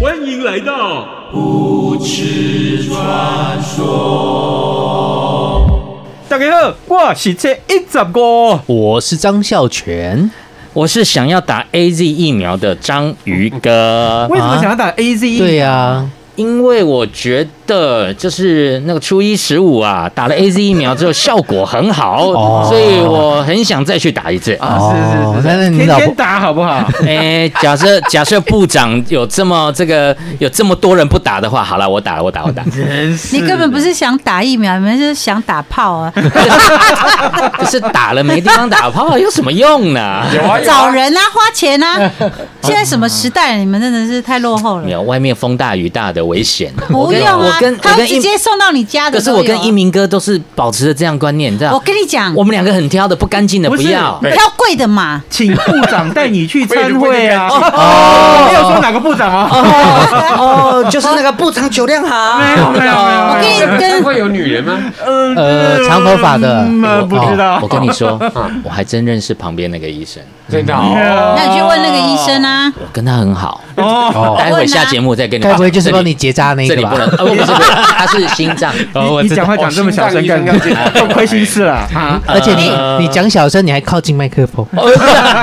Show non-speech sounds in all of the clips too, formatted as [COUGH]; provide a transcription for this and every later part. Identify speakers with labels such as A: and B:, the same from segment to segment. A: 欢迎来到
B: 大家好，我是这一十五，
C: 我是张孝全，
D: 我是想要打 A Z 疫苗的章鱼
C: 啊
D: 哥
B: 为，什么想要打 A Z？、
C: 对呀、
D: 因为我觉得就是那个初一十五啊，打了 A Z 疫苗之后效果很好，
C: 哦
D: 所以我很想再去打一次。
B: 啊，是是是
C: 但哦是
B: 是，
C: 你
B: 天
C: 老婆
B: 天打好不
C: [LAUGHS]
B: 好？
D: 哎、假设假设部长有这么这个有这么多人不打的话，好了，我打了，我打，我
B: [LAUGHS]
D: 打。
E: 你根本不是想打疫苗，你们是想打炮
D: [LAUGHS]
E: 啊！
D: 哎可是打了没地方打炮有什么用呢？
E: 找人啊，花钱啊！现在什么时代了，你们真的是太落后
D: 哎没
E: 了。
D: 有，外面风大雨大的危险。我
E: 不
D: 跟
E: 用啊
D: 我跟，
E: 他
D: 我
E: 会
D: 跟
E: 直
D: 一，
E: 接送到你家的。啊
D: 可是我跟一，鸣哥都是保持着这样观念，你知道？
E: 我跟你讲，
D: 我们两个很挑的，不干净的
B: 不
D: 不
B: 是
D: 要。
E: 挑贵的嘛。
B: 请部长带你去参会 [LAUGHS] 啊！哦，没有说哪个部长啊，
D: 哦，就是那个部长酒量好。
B: 没有没有
D: 哎
B: 没有，
E: 我
A: [LAUGHS]
E: 跟你
D: [LAUGHS]
E: 跟
A: 会有女人吗？
C: 呃，长头发的，哦
B: 嗯，不知道
D: 哦我，跟你
E: [LAUGHS]
D: 说，
E: 嗯
D: 我还真认识旁边那个医生，
A: 真的
E: 那你去问那个医生啊，
D: 我跟他很好。
C: 哦，
D: 待会下节目再跟
E: 哦
D: 你。
C: 该不会就是帮
D: 这里
C: 你结扎那
D: 这
C: 个
D: 里
C: 吧
D: 不？能，哦，不是，
E: [LAUGHS]
D: 不是，他是心脏。 [LAUGHS]
B: 你你讲话讲这么小声干嘛？都亏心事了啊！
C: 而且你、你讲小声，你还靠近麦克风，
D: 哎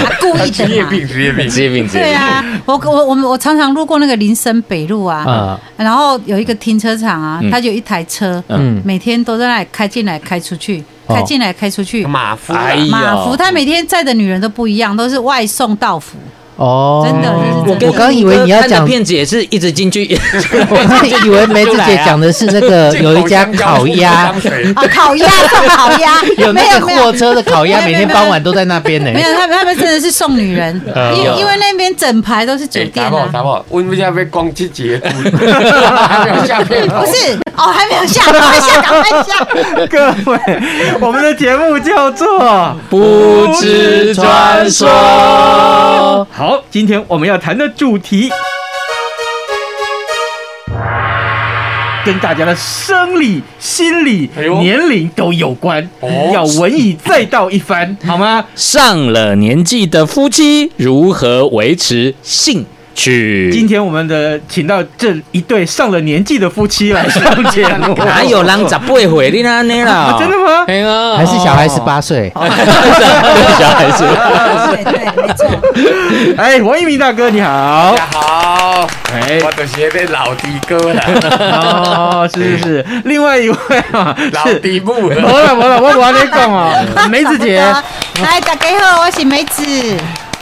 E: 他故意的
A: 职
E: 嘛。
A: 业病
D: 职业病，职业
E: 对
D: 病。
E: 啊，我我我们我常常路过那个林森北路啊，然后有一个停车场啊，他就一台车，
C: 嗯
E: 每天都在那里开进来开出去，
C: 哦
E: 开进来开出去。
A: 马夫
D: 哎呀
E: 马福他每天载的女人都不一样，都是外送到府，
C: 哦，
E: 真的是真的
C: 我刚以为你要
D: 看的
C: 讲，
D: 片子也是一直 [LAUGHS] 进去，
C: 我刚以为梅子姐讲的是那个有一家烤
A: [LAUGHS]
C: 鸭，，
E: 啊，烤鸭送烤鸭
C: 有
E: 没
C: 那
E: 有
C: 个
E: 没
C: 货
E: 有
C: 车的烤鸭，
E: 没
C: 每
E: 有
C: 天
E: 没有
C: 傍晚都在那边呢、
E: 没有，他们他们真的是送女人，
C: 哎
E: 因
D: 呦
E: 因为那边整排都是酒店
A: 哎打炮打
E: 啊。
A: 炮，我们现在被光之节目，还没有下片
E: 不是哦，还没有下，赶快下，赶快下！
B: [LAUGHS] 各位，我们的节目叫做
D: 不知传说。
B: 好，今天我们要谈的主题跟大家的生理、心理
A: 哎、呦
B: 年龄都有关
A: 哦，嗯
B: 要文以再道一番，好吗？
D: 上了年纪的夫妻如何维持兴趣？
B: 今天我们的请到这一对上了年纪的夫妻来上节目，
D: [LAUGHS] 哪有啊人十八岁你那那啦？
B: 啊真的吗
D: 哎呀？
C: 还是小孩十
D: 哦？[LAUGHS]
C: 八岁，
D: 小孩子。
E: 对对，没错。
B: 哎，王一鸣大哥你
A: [LAUGHS]
B: 好
A: 大，家 [LAUGHS] 好，
B: 哎，
A: 我就是那老迪哥 [LAUGHS] 啦，
B: 哦，是是是，另外一位啊，
A: 老
B: 是
A: 迪木
B: 没了没了，我不要你
A: [LAUGHS]
E: [LAUGHS]
B: 讲哦，梅子姐，
E: 来，大家好，我是梅子。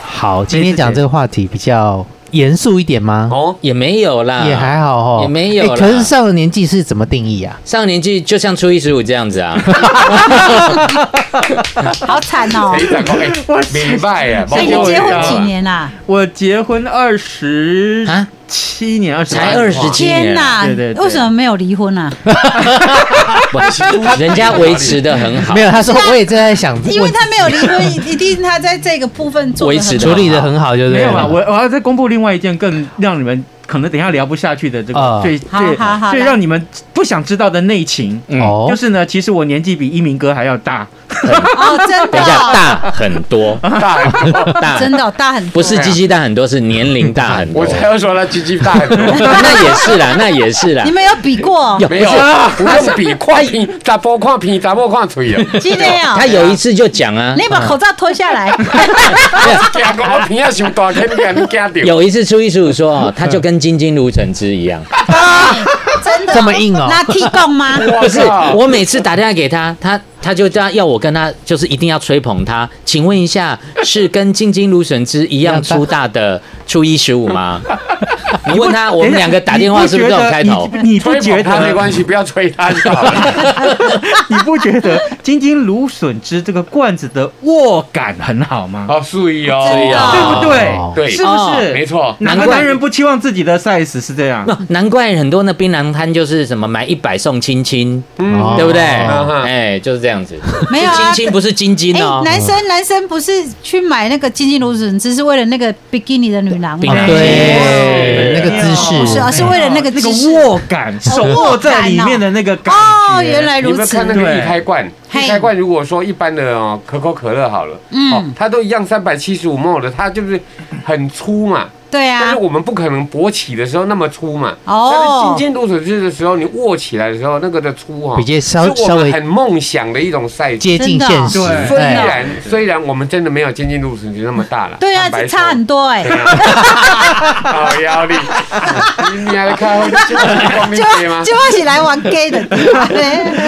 C: 好，今天讲这个话题比较严肃一点吗？
A: 哦，
D: 也没有啦，
C: 也还好哦，
D: 也没有
C: 哎
D: 啦
C: 可是上了年纪是怎么定义啊？
D: 上了年纪就像初一十五这样子 [LAUGHS] 啊，
E: 好惨哦！
A: 谁讲讲哎，明白啊，
E: 所以你结婚几年啊啦？
B: 我结婚二十
D: 啊
B: 七年，二十
D: 才二十七
E: 天
D: 年，
E: 呐
B: 对对，对
E: 为什么没有离婚啊？
D: 不
A: [LAUGHS]
D: 人家维持的很好
C: 没，有，他说我也正在想问自己，
E: 因为他没有离婚，一一定他在这个部分做
D: 维
E: 得
D: 持
E: 很
D: 的
C: [LAUGHS] 处理的很好，就
B: 没
C: 对
B: 有
C: 了
B: 嘛？我我要再公布另外一件更让你们可能等一下聊不下去的这个
D: 哦
C: 啊
B: 最
E: 好
B: 最
E: 好好
B: 最
E: 来
B: 让你们不想知道的内情。
D: 嗯
B: [LAUGHS]
C: 哦，
B: 就是呢，其实我年纪比一鸣哥还要大，
E: 哦，真的
D: 等一下
E: 哦，
D: 大很多，
A: 大，
D: 大
E: 真的哦大很多，
D: 不是鸡鸡大很多，是年龄大很
A: 我
D: 多。
A: 才
D: [LAUGHS]
A: 要说他鸡鸡大很多。
D: 那也是啦，那也是啦 [LAUGHS]
E: 你。们有比过？
A: 没有，啊哎不 [LAUGHS] 用比快片，查甫看片，查某看 [LAUGHS] 嘴啊，
E: 今天哦
D: 他，有一次就讲啊，
E: 你把口罩脱下来，
A: 惊我片啊上大，肯定给你惊掉。
D: 有一次初一十五说哦，他就跟金金如橙汁一样，
E: 真的哦
C: 这么硬哦
E: 那剃供吗？
D: 不是
A: 哇靠
D: 我每次打电话给他，他他就这样要我跟他，就是一定要吹捧他。请问一下，是跟金金芦笋汁一样粗大的初一十五吗？你问他，我们两个打电话是不是这种开头？
B: 你你不
A: 吹
B: 觉
A: 捧他没
B: 得？
A: 关系，不要吹他就好了。
B: 你不觉得金金芦笋汁这个罐子的握感很好吗？
A: 好，注意哦，
E: 注意哦
B: 对不
C: 哦
B: 对？
A: 对
B: 是不
D: 哦
B: 是？
A: 没。错，
B: 哪个
D: 难怪
B: 男人不期望自己的 size 是这样？
D: [LAUGHS] 难怪很多那槟榔摊就是什么买一百送亲亲，
C: 哦
D: 对不对？
A: 嗯
D: 哎，就是这样子。
E: 没有
D: 是
E: 啊
D: 亲亲不是金金
E: 哎、
D: 哦。
E: 男生男生不是去买那个金金芦笋，只是为了那个比基尼的女郎
D: 比
E: 吗
D: 基？
C: 哦
D: 尼
C: 对，
D: 对
C: 那个姿
E: 哦是
C: 势
E: 啊，是为了那个
B: 那
E: 姿
B: 个
E: 势
B: 握感，手握在里面的那个感觉。
E: 哦，原来
A: 你
E: 如
A: 们
E: 此
A: 看。那个一开罐，
E: 嘿
A: 一开罐如果说一般的哦，可口可乐好了，
E: 嗯
A: 哦，它都一样三百七十五 ml 的，它就是很粗嘛，
E: 对
A: 但
E: 啊
A: 是，我们不可能勃起的时候那么粗嘛。但
E: 哦
A: 是，金金芦笋汁的时候，你握起来的时候，那个的粗哈，
C: 比较稍
A: 是我
C: 稍
A: 们
C: 微
A: 很梦想的一种赛季。
C: 接近
E: 啊
C: 现实
B: 真的哦，
A: 虽
C: 哎
A: 然虽然我们真的没有金金芦笋汁那么大了，
E: 对啊，
A: 坦白
E: 这
A: 说
E: 差
A: [LAUGHS]
E: 很多哎、
A: 好压力，你你还看后金金光明
E: [LAUGHS] 就
A: 节吗？
E: 就要起来玩 gay 的，
A: [LAUGHS]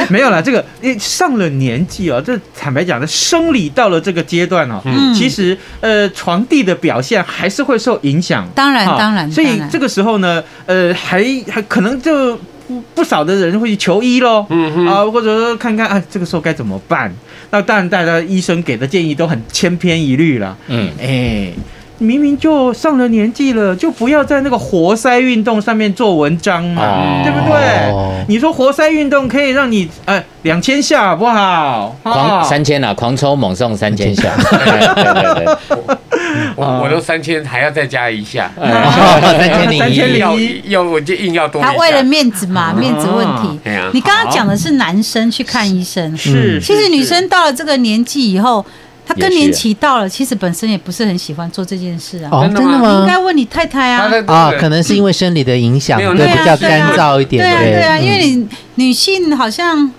B: 没有啦，这个因为上了年纪哦，这坦白讲的生理到了这个阶段哦，
E: 嗯
B: 其实呃床地的表现还是会受影响，
E: 当然
B: 哈
E: 当然
B: 所
E: 当
B: 以
E: 然
B: 这个时候呢，呃，还还可能就不不少的人会去求医喽，
A: 嗯哼
B: 啊，或者说看看啊，这个时候该怎么办？那当然，大家医生给的建议都很千篇一律啦，
D: 嗯，
B: 哎、明明就上了年纪了，就不要在那个活塞运动上面做文章嘛，
D: 哦
B: 对不
C: 哦
B: 对？你说活塞运动可以让你呃两千下好不好？
D: 狂
B: 哦
D: 三千啊，狂抽猛送三千下。 [LAUGHS] 对对对对，
C: 啊
A: 我我都三千，还要再加一下，
C: 哎三千零
B: 三千
C: 一
B: 零，
A: 要要我就硬要多一下。嗯
E: 他为了面子嘛，面子问题
A: 哎呀。
E: 你刚刚讲的是男生去看医生，
B: [LAUGHS] 是，
E: 其实
B: 是
E: 女生到了这个年纪以后，她更
D: 也
E: 年
D: 是
E: 期到了，其实本身也不是很喜欢做这件事啊。
C: 哦，
A: 真
C: 真
A: 的
C: 的
A: 吗
E: 你应
C: 吗
E: 该？问你太太
A: 他
E: 啊。
A: 的
C: 啊，可能是因为生理的影响，
A: 没有
C: 对，
A: 那
C: 比
A: 个
C: 较
A: 是
C: 干燥一点，
E: 对啊，对啊，
C: 嗯
E: 因为你女性好像，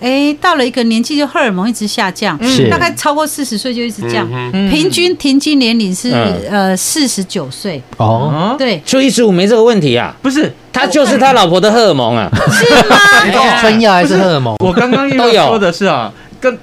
E: 哎，到了一个年纪就荷尔蒙一直下降，
C: 是
E: 大概超过四十岁就一直降。
A: 嗯
B: 嗯
E: 平均停经年龄是
D: 嗯
E: 呃四十九岁，
C: 哦，
B: 啊，
E: 对，
D: 初一十五没这个问题啊，
B: 不是
D: 他就是他老婆的荷尔蒙啊。 [LAUGHS] 哎
E: 是吗？
C: 你说春药还是荷尔蒙？
B: 我刚刚
D: 都
B: 要
D: 有
B: 说的是 [LAUGHS] 啊，跟。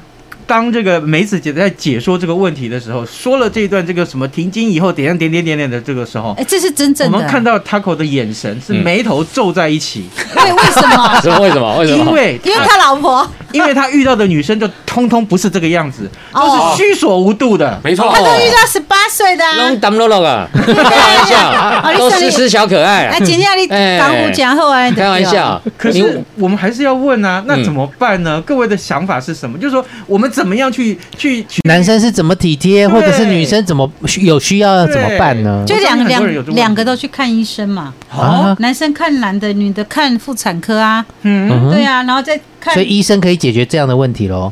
B: 当这个梅子姐在解说这个问题的时候，说了这一段这个什么停经以后怎样点点点点的这个时候，
E: 哎，这是真
B: 我
E: 正的。
B: 们看到 Taco 的眼神是
D: 嗯
B: 眉头皱在一起，
E: 为为什么？
D: 是 [LAUGHS] 为什么？为什么？
B: 因
C: 啊
B: 为
E: 因为他老婆，
B: 因为他遇到的女生就通通不是这个样子，
E: 哦
B: 都是虚所无度的。
D: 哦
A: 没错
E: 他，都遇到十八岁的啊
D: 弄。当落落啊，开玩
E: 哦
D: 笑，
E: 你
D: 都
E: 说你
D: 是是小可爱啊
E: 哎，。今天你港虎讲后啊，
D: 开玩笑，
B: 可
D: 你嗯
B: 是我们还是要问啊，那怎么办呢？各位的想法是什么？就是说我们怎么样去去去
C: 男生是怎么体贴，或者是
B: 对
C: 女生怎么有需要要怎么办呢？
E: 就两
B: 我相信很多人有这
E: 两
B: 个问题
E: 两个都去看医生嘛，
C: 啊，
E: 男生看男的，女的看妇产科啊，
B: 嗯
C: 嗯
E: 对啊，然后再看
C: 所以医生可以解决这样的问题喽。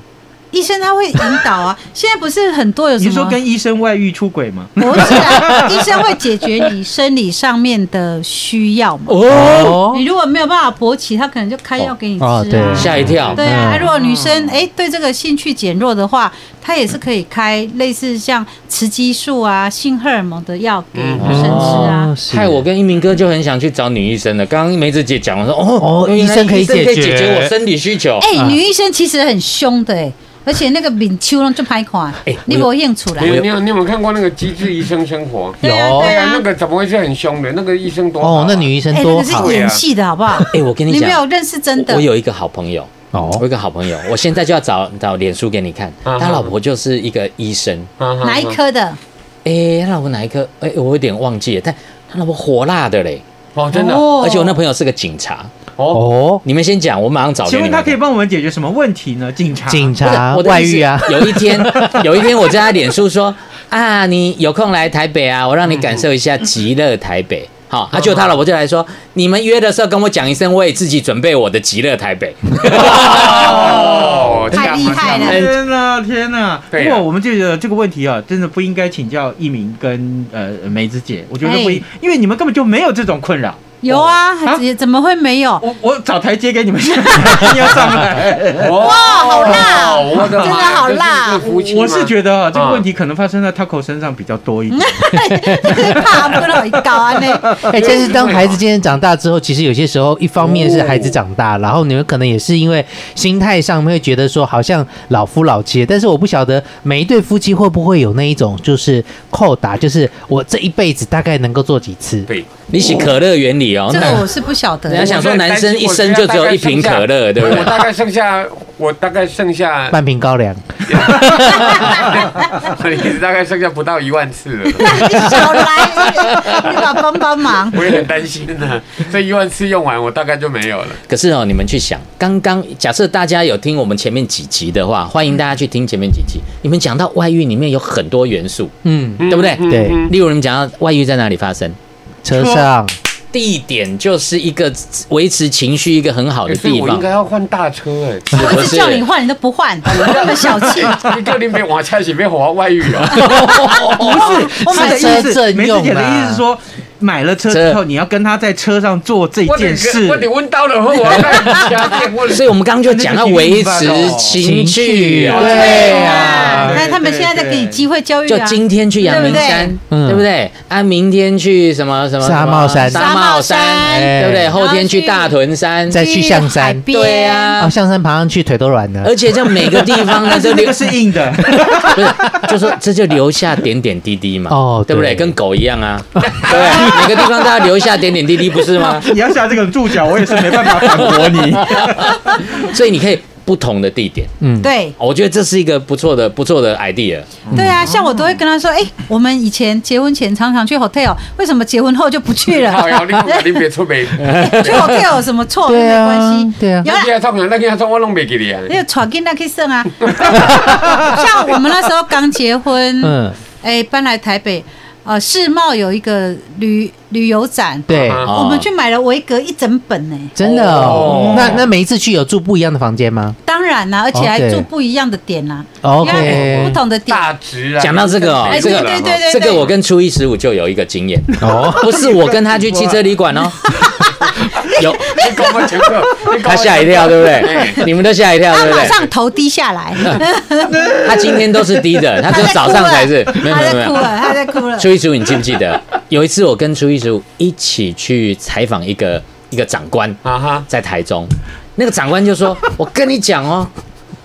E: 医生，他会引导
B: [LAUGHS]
E: 啊。现在不是很多有什
B: 你
E: 么？[LAUGHS]
B: 说跟医生外遇出轨吗？
E: 不是啊，医生会解决你生理上面的需要嘛。
C: 哦
E: 你如果没有办法勃起，他可能就开药给你吃啊。
C: 哦对
D: 吓一跳，
E: 对啊，
C: 嗯
E: 啊如果女生哎、对这个兴趣减弱的话，她也是可以开类似像雌激素啊、性荷尔蒙的药给
B: 嗯
E: 女生吃
B: 哦
E: 啊。
C: 哦是
D: 害我跟一鸣哥就很想去找女医生了。刚刚梅子姐讲，我说哦，
C: 哦
D: 原来
C: 医生可以
D: 解
C: 解决
D: 我生理需求。
E: 哎、女医生其实很凶的哎、而且那个敏秋龙就拍款，
D: 哎
E: 你我验出来
A: 你。有你有你有没有看过那个《机智医生生活》？
E: 对啊
C: 有
E: 对
A: 哎呀，
E: 啊
A: 那，个怎么会是很凶的？那个医生多好啊
C: 哦，那女医生
E: 哎、那
C: 多
E: 个是
C: 好
E: 演戏的好不好？
D: 哎，我跟
E: 你没有
D: 讲，
E: 认识真的
D: 我。有一个好朋友，我有一
C: 哦，
D: 个好朋友，我现在就要找找脸书给你看。
A: 嗯
D: 他老婆就是一个医生，
A: 嗯哼
E: 哪一科的？
D: 哎，他老婆哪一科？哎，我有点忘记了，但他老婆火辣的嘞，
A: 哦，真的
E: 哦
D: 而且我那朋友是个警察。
A: 哦，
C: 哦，
D: 你们先讲，我马上找给
B: 请
D: 你
B: 问
D: 们
B: 他
D: 看。
B: 可以帮我们解决什么问题呢？警察，
C: 警
D: 不是
C: 察
D: 我的
C: 外
D: 意思
C: 遇啊，
D: [LAUGHS] 有一天，有一天我在他脸书说 [LAUGHS] 啊，你有空来台北啊，我让你感受一下极乐台北。好，啊，就他老婆就来说，你们约的时候跟我讲一声，我也自己准备我的极乐台北。
A: 哦
E: 太厉害了
B: 天哪，天哪！
A: 对啊
B: 不过我们就觉得这个问题啊，真的不
E: 哎
B: 应该请教一鸣跟呃梅子姐，我觉得不应，因为你们根本就没有这种困扰。
E: 有
D: 哦
E: 啊，还直接怎么会
D: [LAUGHS]
E: 没有？
B: 我我找台阶给你们下，一定要上
A: [LAUGHS]
B: 来。
A: 哇，好辣，我的妈呀
E: 真的好辣
A: 这是夫妻吗
B: 我是觉得啊，这个问题可能发生在 Taco 身上比较多一点。
A: 嗯
E: 怕不能搞啊那。
C: 哎、但是当孩子渐渐长大之后，其实有些时候，一方面是孩子长大，然后你们可能也是因为心态上面会觉得说，好像老夫老妻了。但是我不晓得每一对夫妻会不会有那一种，就是扣打，就是我这一辈子大概能够做几次？
A: 对，
D: 你洗可乐原理哦，
E: 这个
D: 那
E: 我是不晓得
D: 人家想
E: 的。
D: 说男生一生就只有一瓶可乐，对不
A: 我
D: 对？
A: 大概剩下，我大概剩 [LAUGHS] 下，
C: 半瓶高粱，
A: 你大概剩下不到一万次 [LAUGHS] 了，
E: [LAUGHS] 你少来，你把帮
D: [LAUGHS]
E: 帮忙。
A: 我也很担心呢。这一万次用完，我大概就没有了。
D: 可是哦，你们去想，刚刚假设大家有听我们前面几集的话，欢迎大家去听前面几集。你们讲到外遇里面有很多元素，
C: 嗯，
D: 对不对？
A: 嗯
C: 对
D: 例如你们讲到外遇在哪里发生，
C: 车上
D: 地点就是一个维持情绪一个很好
A: 可
D: 的
A: 是
D: 地
A: 我应
D: 方
A: 该，要换大车哎。
D: 是
E: 我
D: 不
E: 一直叫你
D: 是？
E: 换，你都不换，那么小气。
A: [LAUGHS] 你叫你别往下洗，别往外遇 [LAUGHS] 哦。
B: 不是，他的意
C: 车
B: 思，
C: 震
B: 梅子
A: 啊
B: 姐
C: 用
B: 的
C: 啦
B: 意思是说，买了车之后，你要跟他在车上做这
A: 我
B: 件事
A: 我。你问到了，我要带 [LAUGHS] 你家电，我
D: 所以我们刚刚就讲到维持情绪啊，
C: 情绪
D: [LAUGHS] 对
E: 啊
D: 啊。
B: 对
E: 那他们现在在给你机会教育
D: 就
E: 啊。
D: 今天去阳明山，
C: 对不对
D: 对不对？啊，明天去什么什么
C: 沙帽山
D: 什么沙帽山
E: 沙帽山，
D: 对不对？
C: 哎
D: 后天去大屯山，
C: 再去象山
E: 海边
D: 对啊
C: 哦，象山爬上去腿都软了
D: 而。且这每个地方呢，
B: [LAUGHS] 但
D: 就是
B: 那
D: 留
B: 个是硬的， [LAUGHS]
D: 不是，就说这就留下点点滴滴嘛，
C: 哦
D: 对不对？
C: 对
D: 跟狗一样啊，
C: [LAUGHS]
D: 对，每个地方都要留下点点滴滴，不是吗？
B: 你要下这个注脚，我也是没办法反驳你。
D: 所以你可以不同的地点，
C: 嗯，
E: 对
D: 我觉得这是一个不错的不错的 idea。
E: 对啊，像我都会跟他说，
D: 哦
E: 哎，我们以前结婚前常常去 hotel，为什么结婚后就
D: [LAUGHS]
E: 不去了？
A: 好呀，你肯定别出 [LAUGHS] 门。
E: 去 hotel 有什么错？
C: 对
E: 没关
C: 啊
E: 系，。
C: 对啊，
E: 有
A: 那
E: 啦
A: 给他创啥？那给他创我拢没给你啊。
E: 因为闯进那去剩
C: [LAUGHS]
E: 啊，像我们那时候刚结婚，
C: 嗯，
E: 哎、搬来台北，呃，世贸有一个旅旅游展，
C: 对，
D: 嗯
A: 啊
D: 哦
E: 我们去买了维格一整本呢、
C: 真的哦
A: 哦。
C: 那那每一次去有住不一样的房间吗
E: 当然啦、而且还
C: OK
E: 住不一样的点啦、因为
C: ？OK，
E: 不同的点。
A: 大直啊，
D: 讲到这个哦
E: 哎，
D: 这
E: 对
D: 个
A: 啊
E: 对对对，
D: 这个
E: 对
D: 我跟初一十五就有一个经验，
C: 哦，
D: 不是我跟他去汽车旅馆
C: [LAUGHS]
D: 哦，有
A: 你搞我前科，你搞
D: 他
A: 我
D: 吓一跳，对不对？你们都吓一跳，
E: 他
D: 对不
E: 马
D: 对？
E: 上头低下来，
D: 他今天都是低的， [LAUGHS] 他只有早上才是，没有
E: [LAUGHS] 他
D: 没有没
E: 在哭
D: 有。
E: 了，他在哭了。
D: 初一十五，你记不记得有一次我跟初一十五一起去采访一个一个长官，
A: [LAUGHS] 啊哈，
D: 在台中，那个长官就说：“ [LAUGHS] 我跟你讲哦，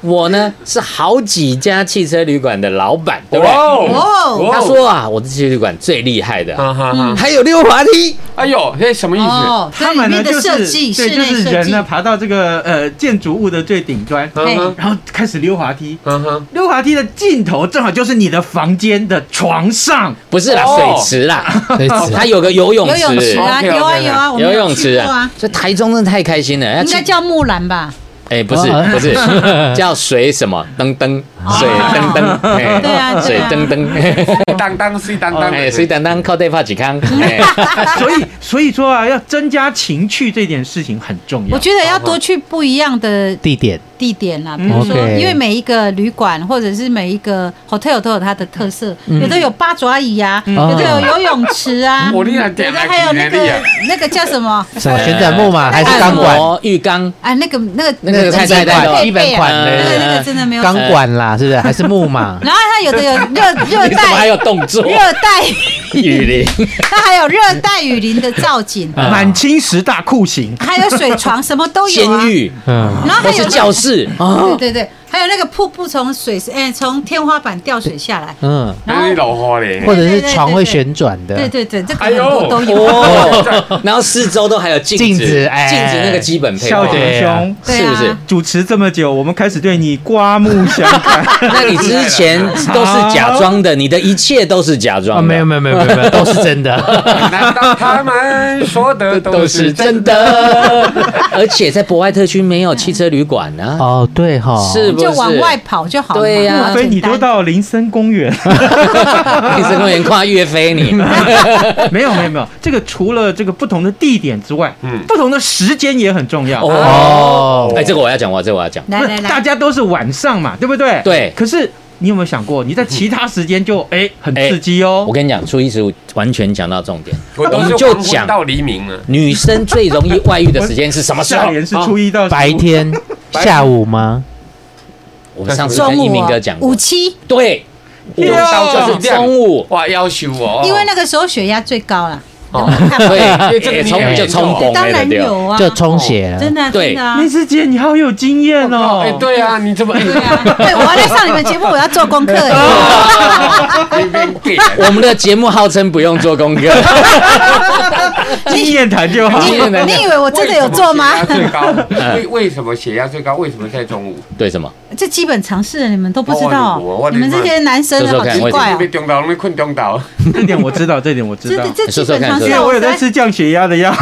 D: 我呢是好几家汽车旅馆的老板，对不对？”
E: 哦
D: 他说啊，我的汽车旅馆最厉害的，
A: 啊哈哈，
D: 还有溜滑梯，
A: 哎呦，这什么意思？
E: 哦，这
B: [LAUGHS] 他
E: 里
B: 们
E: 面
B: 呢
E: 的
B: 就
E: 设
B: 是
E: 计，室
B: 对，就
E: 内
B: 是
E: 设
B: 人
E: 计
B: 呢，爬到这个呃建筑物的最顶端，
A: 嗯哼，
B: 然后开始溜滑梯。
A: 嗯哼，
B: 溜滑梯的尽头正好就是你的房间的床上，
D: 不是啦，
A: 哦
D: 水池啦，
C: 对此
D: 他有个游泳
E: 游泳
D: 池
E: 池。啊，
A: OK，OK，OK
E: 有啊有啊，我们
D: 游
E: 有
D: 泳池
E: 去过啊
D: 啊，，所以台中真的太开心了。要
E: 应
D: 去
E: 该叫木兰吧？
D: 哎，不是
C: 哦
D: 不是，叫水什么噔噔水
E: 哦
D: 噔噔，哎
E: [LAUGHS] 对啊对啊
D: 水噔噔，
A: [LAUGHS] 当当哦是当当，
D: 哎，水
A: 当，
D: 噔噔靠对泡几康，哎，
B: 所以所以说啊，要增加情趣这件事情很重
E: 我
B: 要。
E: 觉得要多去不一样的
C: 地点
E: 地点啦，比
B: 嗯
E: 如说，
C: OK
E: 因为每一个旅馆或者是每一个 hotel 都有它的特色，有的有八爪椅啊，有的有游泳池啊，
A: 我
E: 有
A: 你
E: 的
A: 俩点来
E: 还有那
A: 你
E: 个
A: 俩
E: 那个叫什么？
C: 什么旋转木马还是钢
D: 按
C: 管？
D: 摩浴缸，
E: 哎，那个那个
D: 那个太太太
C: 基本款
E: 那
C: 的
E: 个那个真的没有。
C: 钢
E: 然
C: 管啦，是不是？还是
E: [LAUGHS]
C: 木马？
E: 后它有的有热热
D: 你怎么还
E: 带
D: 有动作？
E: 热带， [LAUGHS]
D: 雨林，
E: 它还有热带雨林的造景，
B: 满清十大酷刑，
E: 还有水床，什么都有啊
D: [LAUGHS] 监。狱，
C: 嗯，
E: 然后
D: 或
E: 还有哦
D: 是
E: 那
D: 教室
E: 对
D: 啊，
E: 对对，还有那个瀑布从水哎从天花板掉水下来，
C: 嗯，
E: 然后
A: 哎那你老花嘞， [LAUGHS]
C: 或者是床会旋转的，
E: 对对对，这个
A: 哎
E: 很
A: 呦
E: 多都有。
D: [LAUGHS] 哦，然后四周都还有镜
C: 镜
D: 子，
C: 子哎
D: 镜子那个基本配
B: 笑
D: 备，
B: 点
C: 对啊
B: 兄。
E: 对
D: 是不是
E: 啊？
B: 主持这么久，我们开始对你刮目相看。
D: 那你之前都是假装的，你的一切都是假装
C: 哦，
D: 的，
C: 没有没有没有没有没 [LAUGHS] 有，都是真的。
A: 难道他们说的
D: 都
A: 都
D: 是
A: 是真
D: 真
A: 的？
D: 的。而且在博爱特区没有汽车旅馆啊呢，
C: 哦，对哈，
D: 是不是？
E: 就往外跑就好了嘛，啊
D: 对呀
E: 那
B: 除
E: 么
B: 非
E: 简
B: 你
E: 单
B: 都到林森公 [LAUGHS] 园，
D: 你是公园跨岳飞你，
B: 没有没有没有，这个除了这个不同的地点之外，
A: 嗯
B: 不同的时间也很重要。
D: 哦，
C: [LAUGHS] 哦
D: 哎，这个我要讲，我这个我要讲，
E: 来
B: 不
E: 来
B: 是
E: 来，
B: 大家都是晚上嘛，对不对？
D: 对
B: 可是你有没有想过，你在其他时间就哎、很刺激哦
D: 我？跟你讲，初一十五完全讲到重点，
A: 我
D: 我
A: 都
D: 们
A: 是
D: 就
A: 黄昏
D: 讲
A: 到黎明啊了。
D: 女生最容易外遇的时间是什么时
B: 下
D: 候？
B: 联是初一到十五
C: 白，天、下午吗？
D: 哦我们上次
E: 中
D: 跟一
E: 午
D: 鸣
E: 啊
D: 哥讲过
E: 五，七，
D: 对，
B: 哎呦
D: 就是中午，
A: 哇，要求我哦，
E: 因为那个时候血压最高了，
A: 哦
D: 对，
A: 为这个
D: 也
A: 你
D: 冲
A: 很
D: 就冲
A: 懂
D: 崩
E: 当
D: 了的 [LAUGHS]
E: 然
D: 对。
E: 有啊，
C: 就充血了。
E: 真的啊
D: 对
E: 真的啊。
B: 梅子姐，你好有经验哦！
A: 哎，对啊，你怎么
E: 对
A: [LAUGHS]
E: 啊，对我要来上你们节目，我要做功课耶。
D: [LAUGHS]
A: 那边 gay？
D: 我们的节目号称不用做功课，
B: 经验谈就好。
D: 经验
E: 你你以为我真的有做吗？
A: 为什么血 [LAUGHS] 压最高？
D: 嗯
A: 为为什么血压最高？为什么在中午？
D: 对什么？
E: 这基本常识你们都不知道
A: 哦我我
E: 哦，你们这些男生
D: 说说
E: 好
D: 看
E: 奇怪
A: 被
E: 哦。
A: 中岛，被困中岛。
B: [LAUGHS] 这点我知道，这点我知
E: 真
B: 道
E: 的，，这
D: 你说
E: 基
D: 说
E: 本
D: 看
E: 常识
B: 因
D: 说
B: 为
E: 啊，
B: 我有
E: 实
B: 在
E: 在
B: 吃降血压的药。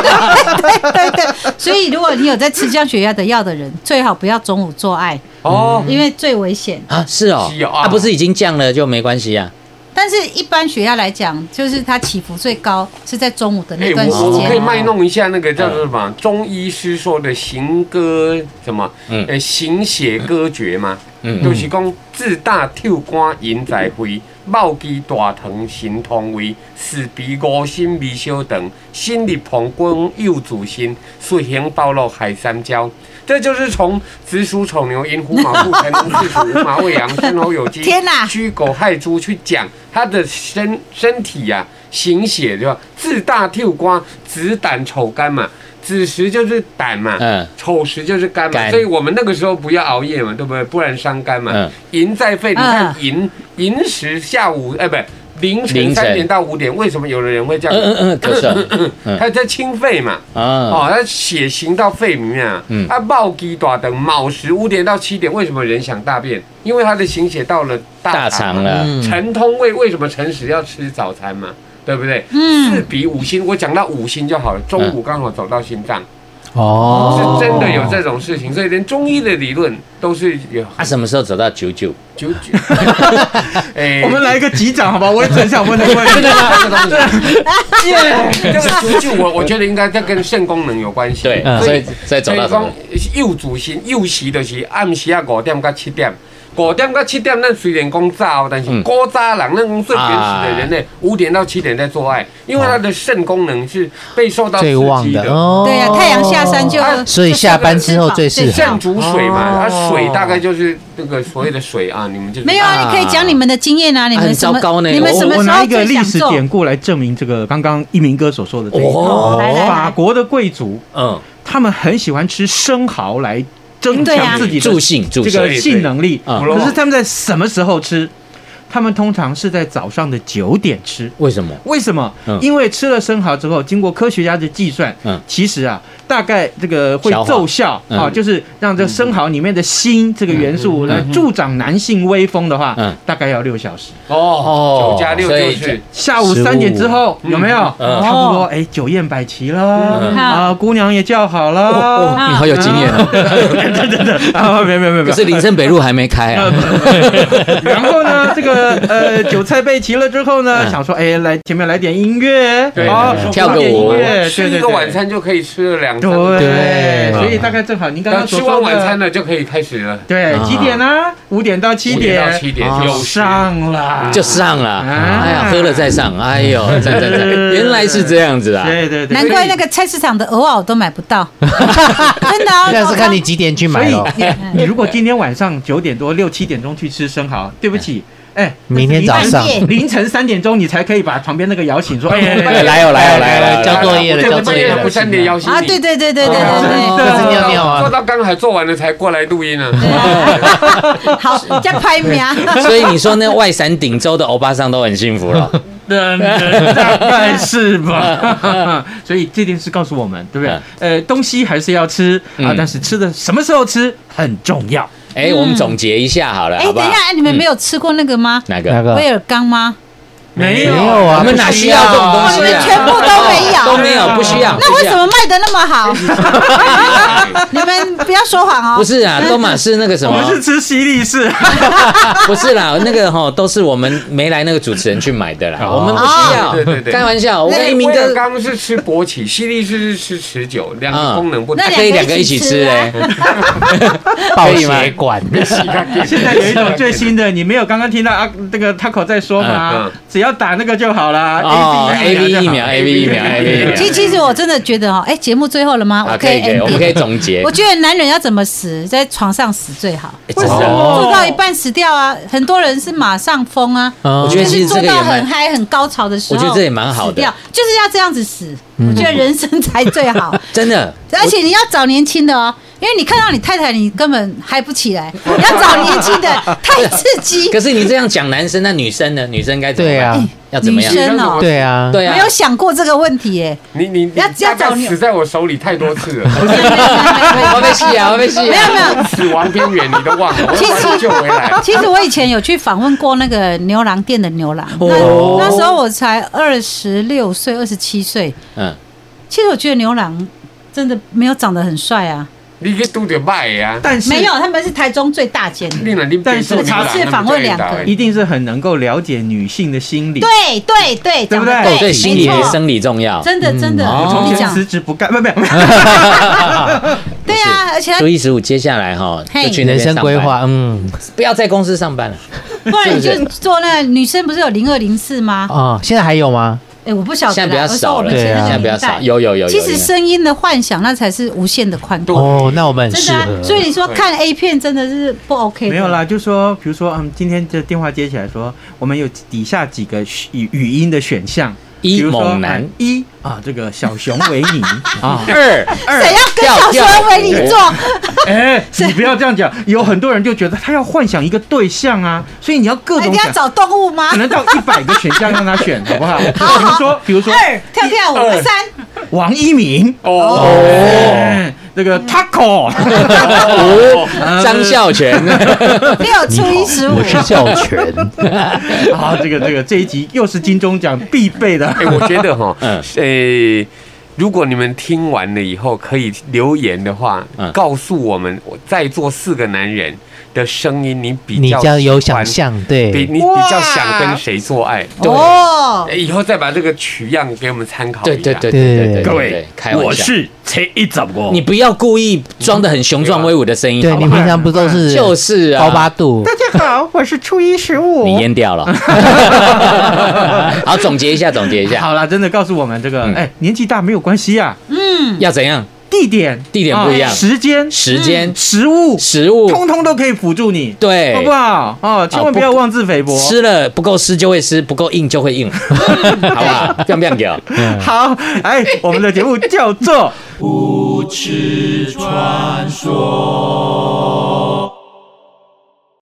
E: [LAUGHS] 对对，所以如果你有在吃降血压的药的人，最好不要中午做爱，
A: 哦，
E: 因为最危险。
D: 啊，是哦
A: 是，哦啊
D: 啊，不是已经降了就没关系啊。
E: 但是，一般血压来讲，就是它起伏最高是在中午的
A: 哎
E: 那，段时
A: 我我可以
E: 间。
A: 卖弄一下那个叫做什么中医师说的行歌什么，
D: 嗯
A: 呃，行血歌诀嘛，
D: 嗯
A: 就是讲自大跳肝引在肺，冒肌大肠行通胃，四鼻五心微小肠，心力膀胱右主心，水行暴露海三焦。这就是从子鼠、丑牛、寅虎、卯兔、辰龙、巳鼠、午马、未羊、申猴、酉鸡、
E: 天哪
A: 驱狗害猪去讲他的身身体呀、行血对吧？自大跳瓜，子胆丑肝嘛，子时就是胆嘛，
D: 嗯
A: 丑时就是肝嘛，
D: 肝
A: 所以我们那个时候不要熬夜嘛，对不对？不然伤肝嘛。
D: 嗯
A: 寅在肺，你看
E: 嗯
A: 寅寅时下午，哎、不是凌
D: 凌
A: 晨
D: 晨
A: 三点到五点，为什么有的人会这
D: 嗯
A: 样？
D: 嗯 [LAUGHS] 嗯，咳嗽嗯
A: 他在清肺嘛，
D: 啊，
A: 哦，它血行到肺里面啊，
D: 嗯
A: 啊，暴击大等卯时五点到七点，为什么人想大便？因为他的行血到了
D: 大
A: 大肠啊
D: 肠
A: 嘛。
D: 了，
C: 嗯，
A: 晨通胃为什么辰时要吃早餐嘛？对不对？四
E: 嗯，
A: 比五星，我讲到五星就好了。中午刚好走到心脏，
C: 哦，
A: 是真的有这种事情，所以连中医的理论都是有
D: 啊，什么时候走到九九？
A: 九
B: [LAUGHS]
A: 九。哎
B: 我们来个击掌，好吧？我也很想问的问题。
A: 这个九九，我我觉得应该这跟肾功能有关系。
D: 对，
C: 嗯
D: 所以再走
A: 所以
D: 到什么
A: 讲？幼主型幼时就是暗时啊五点到七点，五点到七点，咱虽然讲早，但
D: 嗯
A: 是古早人那种最原始的人类，五点到七点在做爱，因为他的肾功能是被受到刺
C: 最旺
A: 激
C: 的
A: 的。
C: 哦。
E: 对啊呀，太阳下山就
A: 啊
C: 所以下班之后最适合
A: 肾主水嘛，它
C: 哦
A: 水大概就是那个所谓的水啊，你们就
E: 没有啊，你可以讲你们的经验啊，你
D: 啊
E: 们
D: 很
E: 什么
D: 糟糕呢？
E: 你们什么
B: 我
E: 时
B: 拿一
E: 候
B: 个
E: 最
B: 历
E: 想
B: 史
E: 做？
B: 典故来证明这个刚刚一鸣哥所说的这一个。
D: 哦
E: 来来来
B: 法国的贵族，
D: 嗯，
B: 他们很喜欢吃生蚝来增
E: 对啊
B: 强自己的
D: 助兴助
B: 这
D: 兴
B: 个性能力。
D: 啊
B: 可是他们在什么时候吃？他们通常是在早上的九点吃。
D: 为什么？
B: 为什么？
D: 嗯
B: 因为吃了生蚝之后，经过科学家的计算，
D: 嗯
B: 其实啊，大概这个会
D: 消化
B: 奏效、
D: 嗯
B: 啊，就是让这生蚝里面的锌这个元素
D: 嗯
B: 来助长男性威风的话，
D: 嗯
B: 大概要六小时。
D: 哦
A: 哦，九加六
D: 所
A: 就
D: 以
A: 是
B: 下午三点之后有没有？
D: 嗯
B: 差不多，哎，酒宴摆齐了
D: 嗯，
B: 啊，姑娘也叫好
D: 哦，
B: [LAUGHS] 了，
D: 你好有经验哦。
B: [LAUGHS] 真的真的啊，没有没有没有没
D: 可
B: 有
D: 是。林森北路还没开啊。
B: 然后呢，这个
D: [LAUGHS]
B: 呃韭菜备齐了之后呢，
D: 嗯
B: 想说，哎，来前面来点音乐，
A: 对
B: 好
A: 对
D: 对跳个
B: 放点
D: 舞
B: 音乐，
A: 吃
B: 对
A: 一
B: 对
A: 个
B: 对，
A: 晚餐就可以吃了两餐。
B: 对，
C: 对
B: 所以大概正好您刚
A: 那
B: 刚所
A: 吃
B: 说
A: 完
B: 的
A: 晚餐，了就可以开始了，
B: 对，几点呢？五点到七
A: 五
B: 点，
A: 到七点
D: 啊
A: 有时
B: 上了，
D: 就上了，
B: 啊
D: 哎呀，喝了再上，哎呦，赞赞赞，原来是这样子啊，
B: 对对对，
E: 难怪那个菜市场的偶尔都买不到，真的啊。
C: 但是看你几点去
B: 所
C: 买
B: 以
C: 咯。
E: [LAUGHS]
D: 嗯
B: 你你如果今天晚上九点多六七点钟去吃生蚝，对不起，哎，
C: 明天早上
E: 半夜
B: 凌晨三点钟你才可以把旁边那个摇醒，说哎哎，哎
D: 来哦来哦来哦来哦，
C: 交作业了，
A: 这
C: 交
A: 个
C: 作
A: 半
C: 业
A: 夜
C: 了
A: 不。三点摇醒
D: 嗯
E: 啊，
A: 你
E: 对对对对对
D: 哦
E: 对
C: 这是尿尿
A: 做
C: 啊！
A: 到刚才做完了才过来录音啊。 [LAUGHS]
E: 对，好，再
D: [LAUGHS]
E: 拍哎名。
D: 哦所以你说那外省顶州的欧巴桑都很幸福了，
B: 嗯大概是吧。所以这件事告诉我们，对不对
D: 嗯？
B: 呃，东西还是要吃啊
D: 嗯，
B: 但是吃的什么时候吃很重要。
D: 哎，我们总结一下好了，
E: 哎，
D: 好不嗯
E: 等
D: 好
E: 一？下，你们没有吃过那个吗？
D: 哪
C: 那
D: 个？
C: 个
E: 威尔刚吗？
B: 没
C: 没有啊
D: 我们哪需要这种东
E: 我
D: 西
E: 们
D: 啊？
E: 全部都没有
D: 都没有，不需要。
E: 那为什
D: 不需要？
E: 么卖的那么
D: [LAUGHS]
E: 好？你们不要说谎哦。
D: 不是啊，都满是那个什
B: 我
D: 么
B: 们，哦是吃犀利士，
D: [LAUGHS] 不是啦，那个哈都是我们没来那个主持人去买的啦，我们不需要。
A: 对对对
D: 开玩笑，我
E: 那
D: 跟一鸣
A: 威
D: 哥啊
A: 尔刚是吃勃起，西力士是吃持久，两
D: 嗯
A: 个功能不同啊
E: 那。
D: 可以两个一起吃哎，
C: 爆
D: 可以吗
C: 血啊管，
B: [LAUGHS] 现在有一种最新的，你没有刚刚听到啊，那个 Taco 在说
A: 嗯
B: 吗
A: 嗯？
B: 只要打那个就好啦。
D: 哦
B: A
D: ，A
B: B
D: V 疫
B: 疫
D: 苗
B: 苗
D: ，A V 疫苗，A V 疫苗
E: 其实其实我真的觉得哦，哎，节目最后了吗？
D: 啊，
E: 我
D: 可以可以，我们
E: ending
D: 可以总结
E: 我。觉得男人要怎么死，在床上死最好。
D: 哎真的，
B: 哦
E: 做到一半死掉啊，很多人是马上疯啊。
C: 嗯
D: 哦我觉
E: 就
D: 得其
E: 是
D: 实
E: 做
D: 这个也
E: 到很
D: 蛮，
E: 嗨、很高潮的时候，
D: 我觉得这也蛮好的嗯
E: 死掉就是要这样子死，我觉得人生才最
D: [LAUGHS]
E: 好。
D: 真的，
E: 而且你要找年轻的哦，因为你看到你太太，你根本嗨不
D: [LAUGHS]
E: 起来。你要找年轻的，太刺激。
D: 可是你这样讲男生，那女生呢？女生该怎么
C: 对
D: 办？
C: 啊，
D: [LAUGHS] 要怎么样
E: 哎女？生哦，
C: 对啊，
D: 对啊
E: 没有，想过这个问题耶。
D: [LAUGHS]
A: 你你你
E: 要
A: 大
E: 要找
A: 概
E: 你
A: 死在我手里太多次了， [LAUGHS]
E: 没有没
D: [LAUGHS]
E: 有
D: 我被戏
E: [LAUGHS]
D: 啊，我被戏
E: 没有没有没有没有
D: 啊。
E: 没有。
A: 死亡边缘你都忘了，我
E: 其
A: 要把你
E: 实
A: 救回来。
E: 其实我以前有去访问过那个牛郎店的牛郎，
D: 哦
E: 那那时候我才二十六岁、二十七岁。
D: 嗯，
E: 其实我觉得牛郎真的没有长得很帅啊，
A: 你去拄着歹的啊！
B: 但是嗯
E: 没有，他们是台中最大间的
A: [LAUGHS] 你。若你
B: 但是
A: 白
E: 我只是访问两个
B: 一定是很能够了解女性的心理。
E: 对对对，
B: 对
E: 讲
B: 不
E: 得
B: 对
D: 哦，
B: 哦
D: 对，心理
E: 没
D: 比
E: 错，
D: 生理重要。
E: 真的真的，
D: 嗯
B: 我
E: 我跟
B: 从
E: 你
B: 前
E: 讲
B: 辞，职不干，不不，
E: 对啊，而且他
D: 初一十五，接下来哈
E: 嘿
D: 就去那
C: 人
D: 边
C: 生
D: 上班
C: 规，划，嗯
D: 不要在公司上班了。
E: 不然你就做那个女生不是有零二零四吗？
C: 哦，现在还有吗？
E: 哎，我不晓
D: 啊
E: 得啦，
D: 现在比较少
E: 我说我
D: 了，
E: 们
C: 对
E: 前
C: 啊
E: 那
D: 现
E: 个
D: 在比较
E: 年代
D: 少。有有有有，
E: 其实
D: 有
E: 声音的幻想，那才是无限的宽广。
C: 哦，那我们很
E: 真
C: 适
E: 的、啊，所以
C: 合。
E: 你说看 A 片真的是不 OK 的。
B: 没有啦，就说比如说，嗯，今天这电话接起来说，我们有底下几个语语音的选项，
D: 一
B: 比如说
D: 猛男
B: 嗯一啊，这个小熊维尼啊。
D: 二
E: [LAUGHS] 谁要跟
D: 掉
E: 小
D: 掉
E: 说为你做？
B: 哎，你不要这样讲，有很多人就觉得他要幻想一个对象啊，所以你要各
E: 哎
B: 种
E: 你要
B: 想，
E: 找动物吗
B: 可？能到一百个选项让他选， [LAUGHS] 好不好？比如说，比如说
E: 二跳跳舞，
B: 呃
A: 二
E: 三
B: 王一鸣，
A: 哦，
B: 哎那个 Taco， [LAUGHS]
D: 五张孝全，
E: 六初一十五
C: 我。是孝全，
B: 啊，这个这个这一集又是金钟奖必备的。 [LAUGHS]
A: 哎，我觉得
E: [LAUGHS]
A: 哈
D: 嗯，
A: 诶。如果你们听完了以后可以留言的话
D: 嗯，
A: 告诉我们我在座四个男人的声音，你比
C: 你
A: 较
C: 比较有
A: 喜欢
C: 想，象，
D: 哎
A: 比
C: 对，
A: 你比较想跟谁做爱？
E: 哦
A: 哎，以后再把这个取样给我们参考一下。
D: [LAUGHS] 对对对对
C: 对
D: 对对，
C: 各
D: 对，开玩笑。
B: 才一怎么
D: 你不要故意装的很雄壮威武的声音，
C: 对
D: 好不
C: 你
D: 好
C: 平常不都是
D: 就是啊，
C: 高八度？
B: 大家好，我是初一十
D: 你
B: 五。
D: 淹掉了。好，总结一下，总结一下，
B: 好了，真的告诉我们这个，
D: 啊嗯
B: 哎，年纪大没有关系呀，
D: 要怎样？
B: 地点
D: 地点不一样
B: 啊时间、
D: 时间、
B: 食物，
D: 食物，
B: 嗯通通都可以辅助你，
D: 对啊
B: 好不好？哦，千万不要妄自菲薄。
D: 吃了不够湿就会湿，不够硬就会 [LAUGHS] 硬，好不好？不要不要给哦。
B: 好，哎，我们的节目叫做。